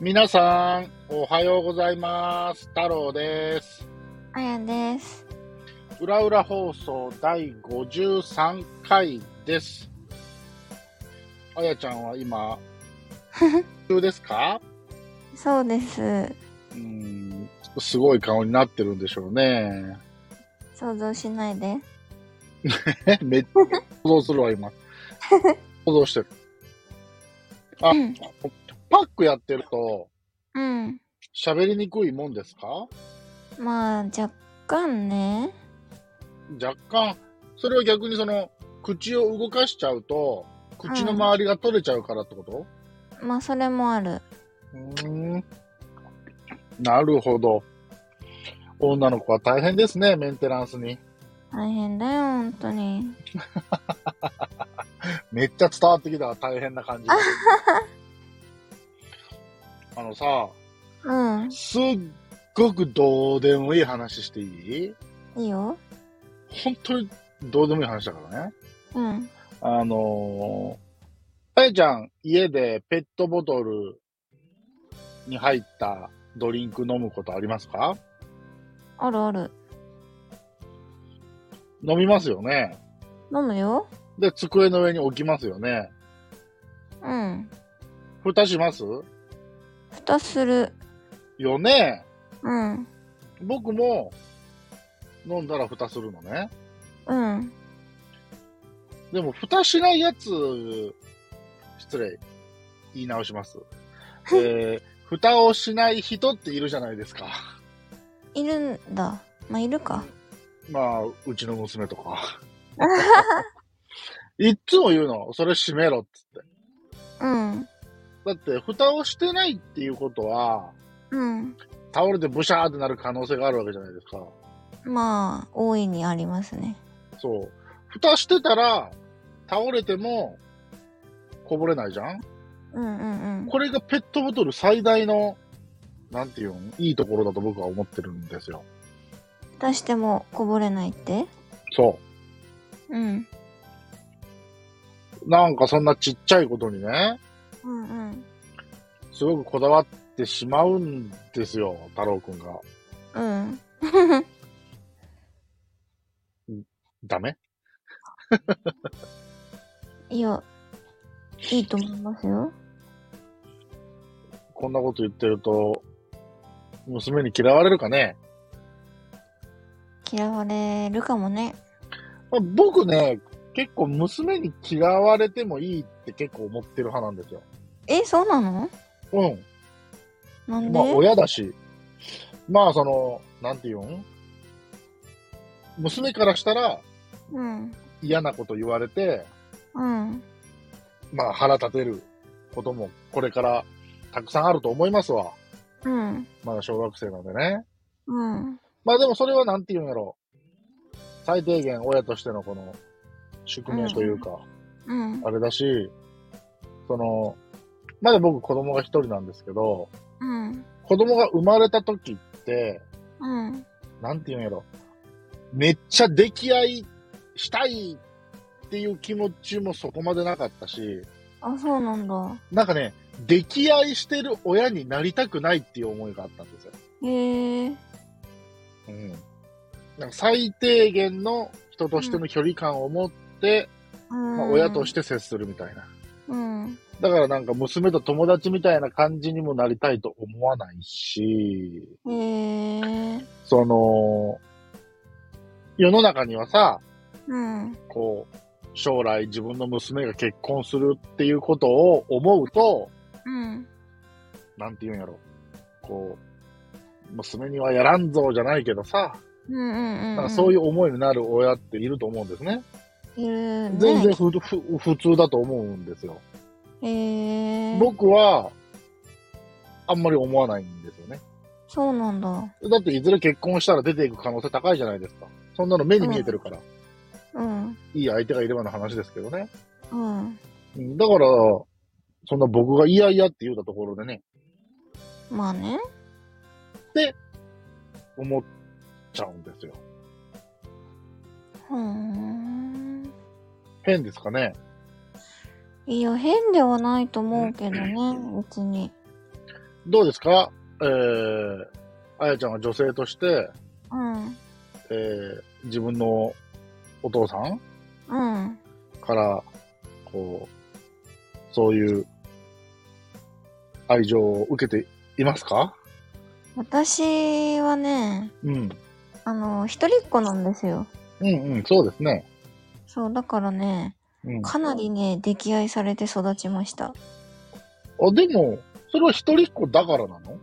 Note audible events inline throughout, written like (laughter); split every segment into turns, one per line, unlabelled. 皆さん、おはようございます。太郎です。
あやです。
裏裏放送第53回です。あやちゃんは
(laughs)
今、中ですか
そうです。
うーん、すごい顔になってるんでしょうね。
想像しないで。
えめっちゃ想像するわ、
(laughs)
今。想像してる。あ
うん
パックやってると、
うん。
喋りにくいもんですか
まあ、若干ね。
若干、それは逆にその、口を動かしちゃうと、口の周りが取れちゃうからってこと、
まあ、それもある。
うーん。なるほど。女の子は大変ですね、メンテナンスに。
大変だよ、本当に。
めっちゃ伝わってきた、大変な (laughs) 感じ。あのさ、
うん。
すっごくどうでもいい話していい
いいよ。
本当にどうでもいい話だからね。
うん。
あのー、あやちゃん、家でペットボトルに入ったドリンク飲むことありますか
あるある。
飲みますよね。
飲むよ。
で、机の上に置きますよね。
うん。
蓋します
蓋する。
よね。
うん。
僕も飲んだら蓋するのね。
うん。
でも、蓋しないやつ、失礼。言い直します。えー、蓋をしない人っているじゃないですか。
いるんだ。まあ、いるか。
まあ、うちの娘とか。 (laughs) いっつも言うの。それ閉めろっつって。
うん。
だって、蓋をしてないっていうことは、
うん。
倒れてブシャーってなる可能性があるわけじゃないですか。
まあ、大いにありますね。
そう。蓋してたら、倒れても、こぼれないじゃん
うんうん
これがペットボトル最大の、なんていうのいいところだと僕は思ってるんですよ。
うん。出してもこぼれないって
そ
うん。
う。なんかそんなちっちゃいことにね、
うんうん。
すごくこだわってしまうんですよ、太郎くんが。
うん。
ダメ
いや、いいと思いますよ。
こんなこと言ってると、娘に嫌われるかね、
嫌われるかもね。
まあ僕ね、結構娘に嫌われてもいいって結構思ってる派なんですよ。
え、そうなの
うん。
なんで、
まあ親だし、まあその、なんていうん娘からしたら
うん。
嫌なこと言われて、
うん。
まあ腹立てることもこれからたくさんあると思いますわ。
うん。
まだ小学生なんでね。
うん。
まあでもそれはなんていうんやろ。最低限親としてのこの宿命というか、
うん。
あれだし、その、まだ僕子供が一人なんですけど、
うん。
子供が生まれた時って、
うん。
なんて言うんやろ。めっちゃ溺愛したいっていう気持ちもそこまでなかったし、
あ、そうなんだ。
なんかね、溺愛してる親になりたくないっていう思いがあったんですよ。
へえ。
うん。なんか最低限の人としての距離感を持って、
うん。
まあ、親として接するみたいな。
うん。
だからなんか娘と友達みたいな感じにもなりたいと思わないし、
へえ。
その、世の中にはさ、
うん。
こう、将来自分の娘が結婚するっていうことを思うと、
うん。
なんて言うんやろ。こう、娘にはやらんぞじゃないけどさ、
うんうん
なん
う
か
ん。。
そういうう思いになる親っていると思うんですね。
いるね。
全然ふふ普通だと思うんですよ。
へえ。
僕は、あんまり思わないんですよね。
そうなんだ。
だっていずれ結婚したら出ていく可能性高いじゃないですか。そんなの目に見えてるから、
うん。
いい相手がいればの話ですけどね。
うん。
うんだから、そんな僕が嫌々って言うたところでね、
まあね。
思っちゃうんですよ。
うーん。
変ですかね。
いや、変ではないと思うけどね、別に。
どうですかえー、あやちゃんは女性として、
うん。
えー、自分のお父さん
うん。
から、こう、そういう愛情を受けていますか
私はね、
うん。
あの、一人っ子なんですよ。
うんうん、そうですね。
そう、だからね、
うん。あ、
かなりね、溺愛されて育ちました。
でも、それは一人っ子だからなの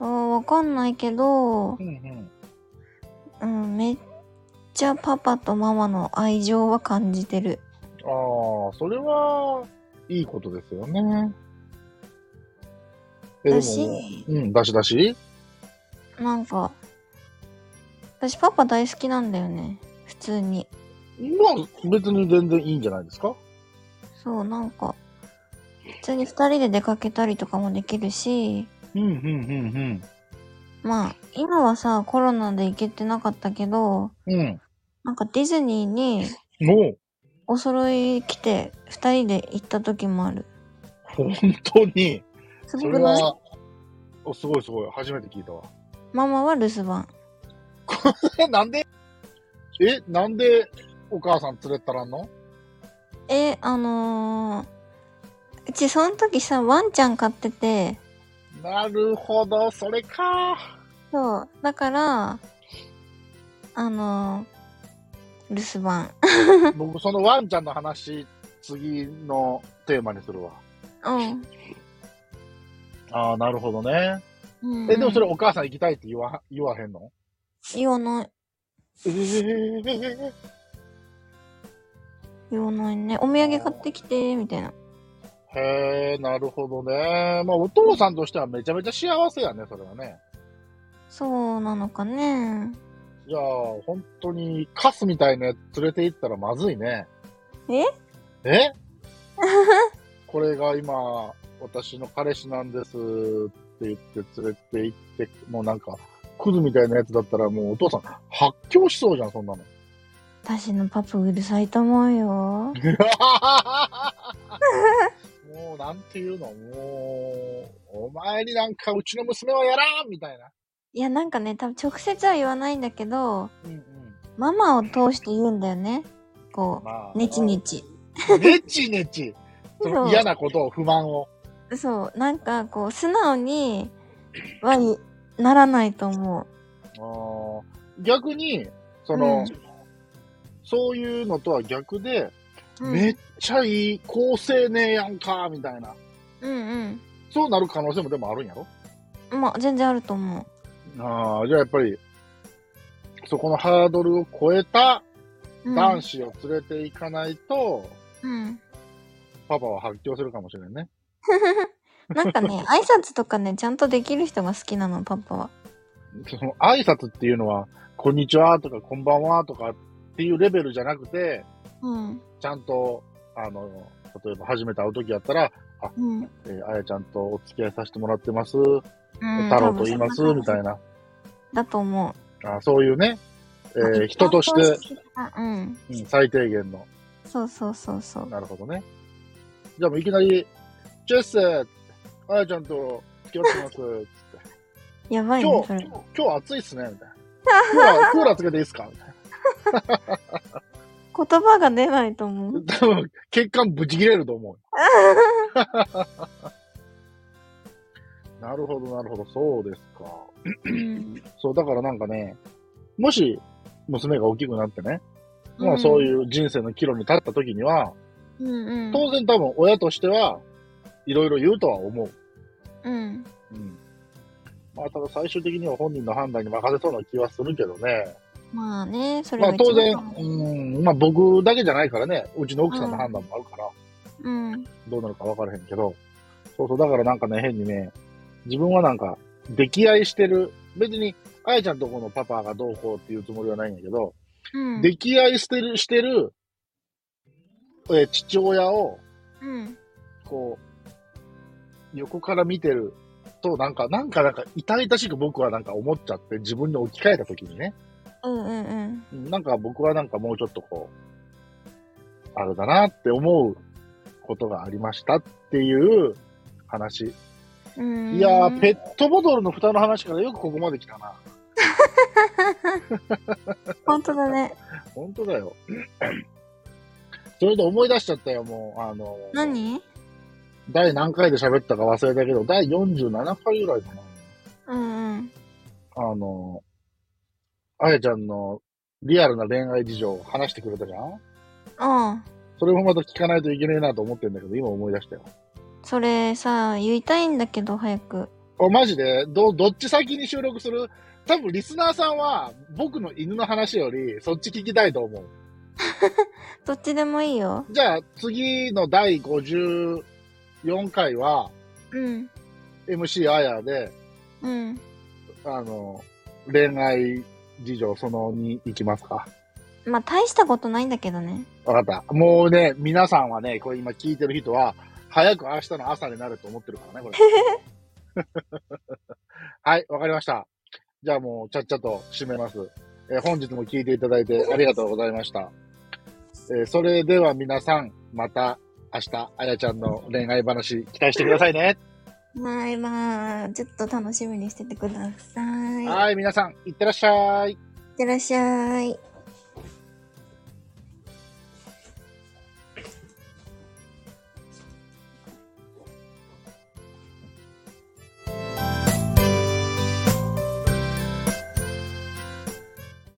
あーわかんないけど
う、んうん。
うん、めっちゃパパとママの愛情は感じてる。
ああ、それは、いいことですよね。え
だし、
うん、だしだし
なんか、私パパ大好きなんだよね。普通に。
まあ、別に全然いいんじゃないですか
そう、なんか、普通に二人で出かけたりとかもできるし、
うん、うん、うん、
まあ、今はさ、コロナで行けてなかったけど、
うん。
なんかディズニーに
うん。もう、
お揃い来て二人で行った時もある。
本当に、
す
そ
ご
れ
くない
は、おすごいすごい、初めて聞いたわ。
ママは留守番。
え、なんでえ、なんでお母さん連れてったらんの
え、あのー、うちその時さ、ワンちゃん飼ってて、
なるほど、それか。
そう、だから、あのー、留守番。
僕、そのワンちゃんの話、次のテーマにするわ。
うん
ああ、なるほどね。
うん。
え、でもそれお母さん行きたいって言わ言わへんの
言わない。
えー、
言わないね。お土産買ってきて、みたいな。
へえ、なるほどね。まあ、お父さんとしてはめちゃめちゃ幸せやね、それはね。
そうなのかね。
じゃあ、本当に、カスみたいなやつ連れて行ったらまずいね。
え
え (laughs) これが今、私の彼氏なんですって言って連れて行って、もうなんか、クズみたいなやつだったらもうお父さん発狂しそうじゃん、そん (laughs) なの。
私のパパうるさいと思う
(laughs)
よ。
もうなんていうの、もう、お前になんかうちの娘はやらんみたいな。
いや、なんかね、多分直接は言わないんだけど、
うんうん。
ママを通して言うんだよね。こ
まあ
う、ねちね。ち。
ねちねち。そ
そ
の
う
嫌なことを、不満を。
そう、なんかこう、素直には言ならないと思う。
あー逆に、その、
うん
そういうのとは逆で、
うん、
めっちゃいい、好青年やんか、みたいな。
うん
そうなる可能性もでもあるんやろ
うん。まあ、全然あると思う。
ああ、じゃあやっぱり、そこのハードルを超えた
うん、
男子を連れていかないと、
うん。
パパは発狂するかもしれんね。
なんか
(laughs)
ね、挨拶とかね、ちゃんとできる人が好きなの、パパは。
その挨拶っていうのは、こんにちはとか、こんばんはとかっていうレベルじゃなくて、
うん。
ちゃんと、あの、例えば初めて会う時やったら、
うん。
えーあやちゃんとお付き合いさせてもらってます、
うん
太郎と言います、みた
な。
いな、
だと思う。
あそういうね、えー
まあ
人として、
うん。
うん最低限の、
そうそうそうそう。
なるほどね。じゃあもういきなり、チェッセーあやちゃんと付き合ってます、つって、
やばい
今
ね、
日
それ。、
今日暑いっすね、みたいな。今日はクーラーつけていいっすか (laughs) みたいな。
言葉が出ないと思う。
多分、血管ぶち切れると思う。なるほど、なるほど、そうですか。
うん
そう、だからなんかね、もし、娘が大きくなってね、まあそう
う。
いう人生の岐路に立った時には、
うんうん。
当然多分親としてはいろいろ言うとは思う。
うん。
うん。まあただ最終的には本人の判断に任せそうな気はするけどね。
まあね、それ
ま
が
あ当
一
然
番か、も
うん、まあ僕だけじゃないからね、うちの奥さんの判断もあるから、
うん。
どうなるか分からへんけど、そうそう、だからなんかね、変にね、自分はなんか、溺愛してる。別に、あやちゃんとこのパパがどうこうっていうつもりはないんやけど、
うん。
溺愛してる、してる、えー父親を、
うん。
こう、横から見てると、なんか、なんか、なんか、痛々しく僕はなんか思っちゃって、自分に置き換えた時にね、
うんうんうん。
うんなんか僕はなんかもうちょっとこう、あれだなって思うことがありましたっていう話
うん。
いやー、ペットボトルの蓋の話からよくここまで来たな。
本当だね。
本当だよ。 (clears throat) それで思い出しちゃったよ、もう。あの、
何
第何回で喋ったか忘れたけど、第47回ぐらいかな。
うんうん。
あの、あやちゃんのリアルな恋愛事情を話してくれたじゃん
ああ。
それもまた聞かないといけないなと思ってんだけど、今思い出したよ。
それさ、言いたいんだけど、早く。
あ、マジでど、どっち先に収録する多分リスナーさんは僕の犬の話よりそっち聞きたいと思う。
どっちでもいいよ。
じゃあ次の第54回は
うん。
MC あやで、
うん。
あの、恋愛事情その2行きますか。
まあ、大したことないんだけどね。
わかった。もうね、皆さんはね、これ今聞いてる人は、早く明日の朝になると思ってるからね、これ。はい、わかりました。じゃあもう、ちゃっちゃと締めます。えー本日も聞いていただいてありがとうございました。えーそれでは皆さん、また明日、あやちゃんの恋愛話、期待してくださいね。
はい、まあ、ちょっと楽しみにしててください。い。
はい、皆さん、いってらっしゃい。
いってらっしゃい。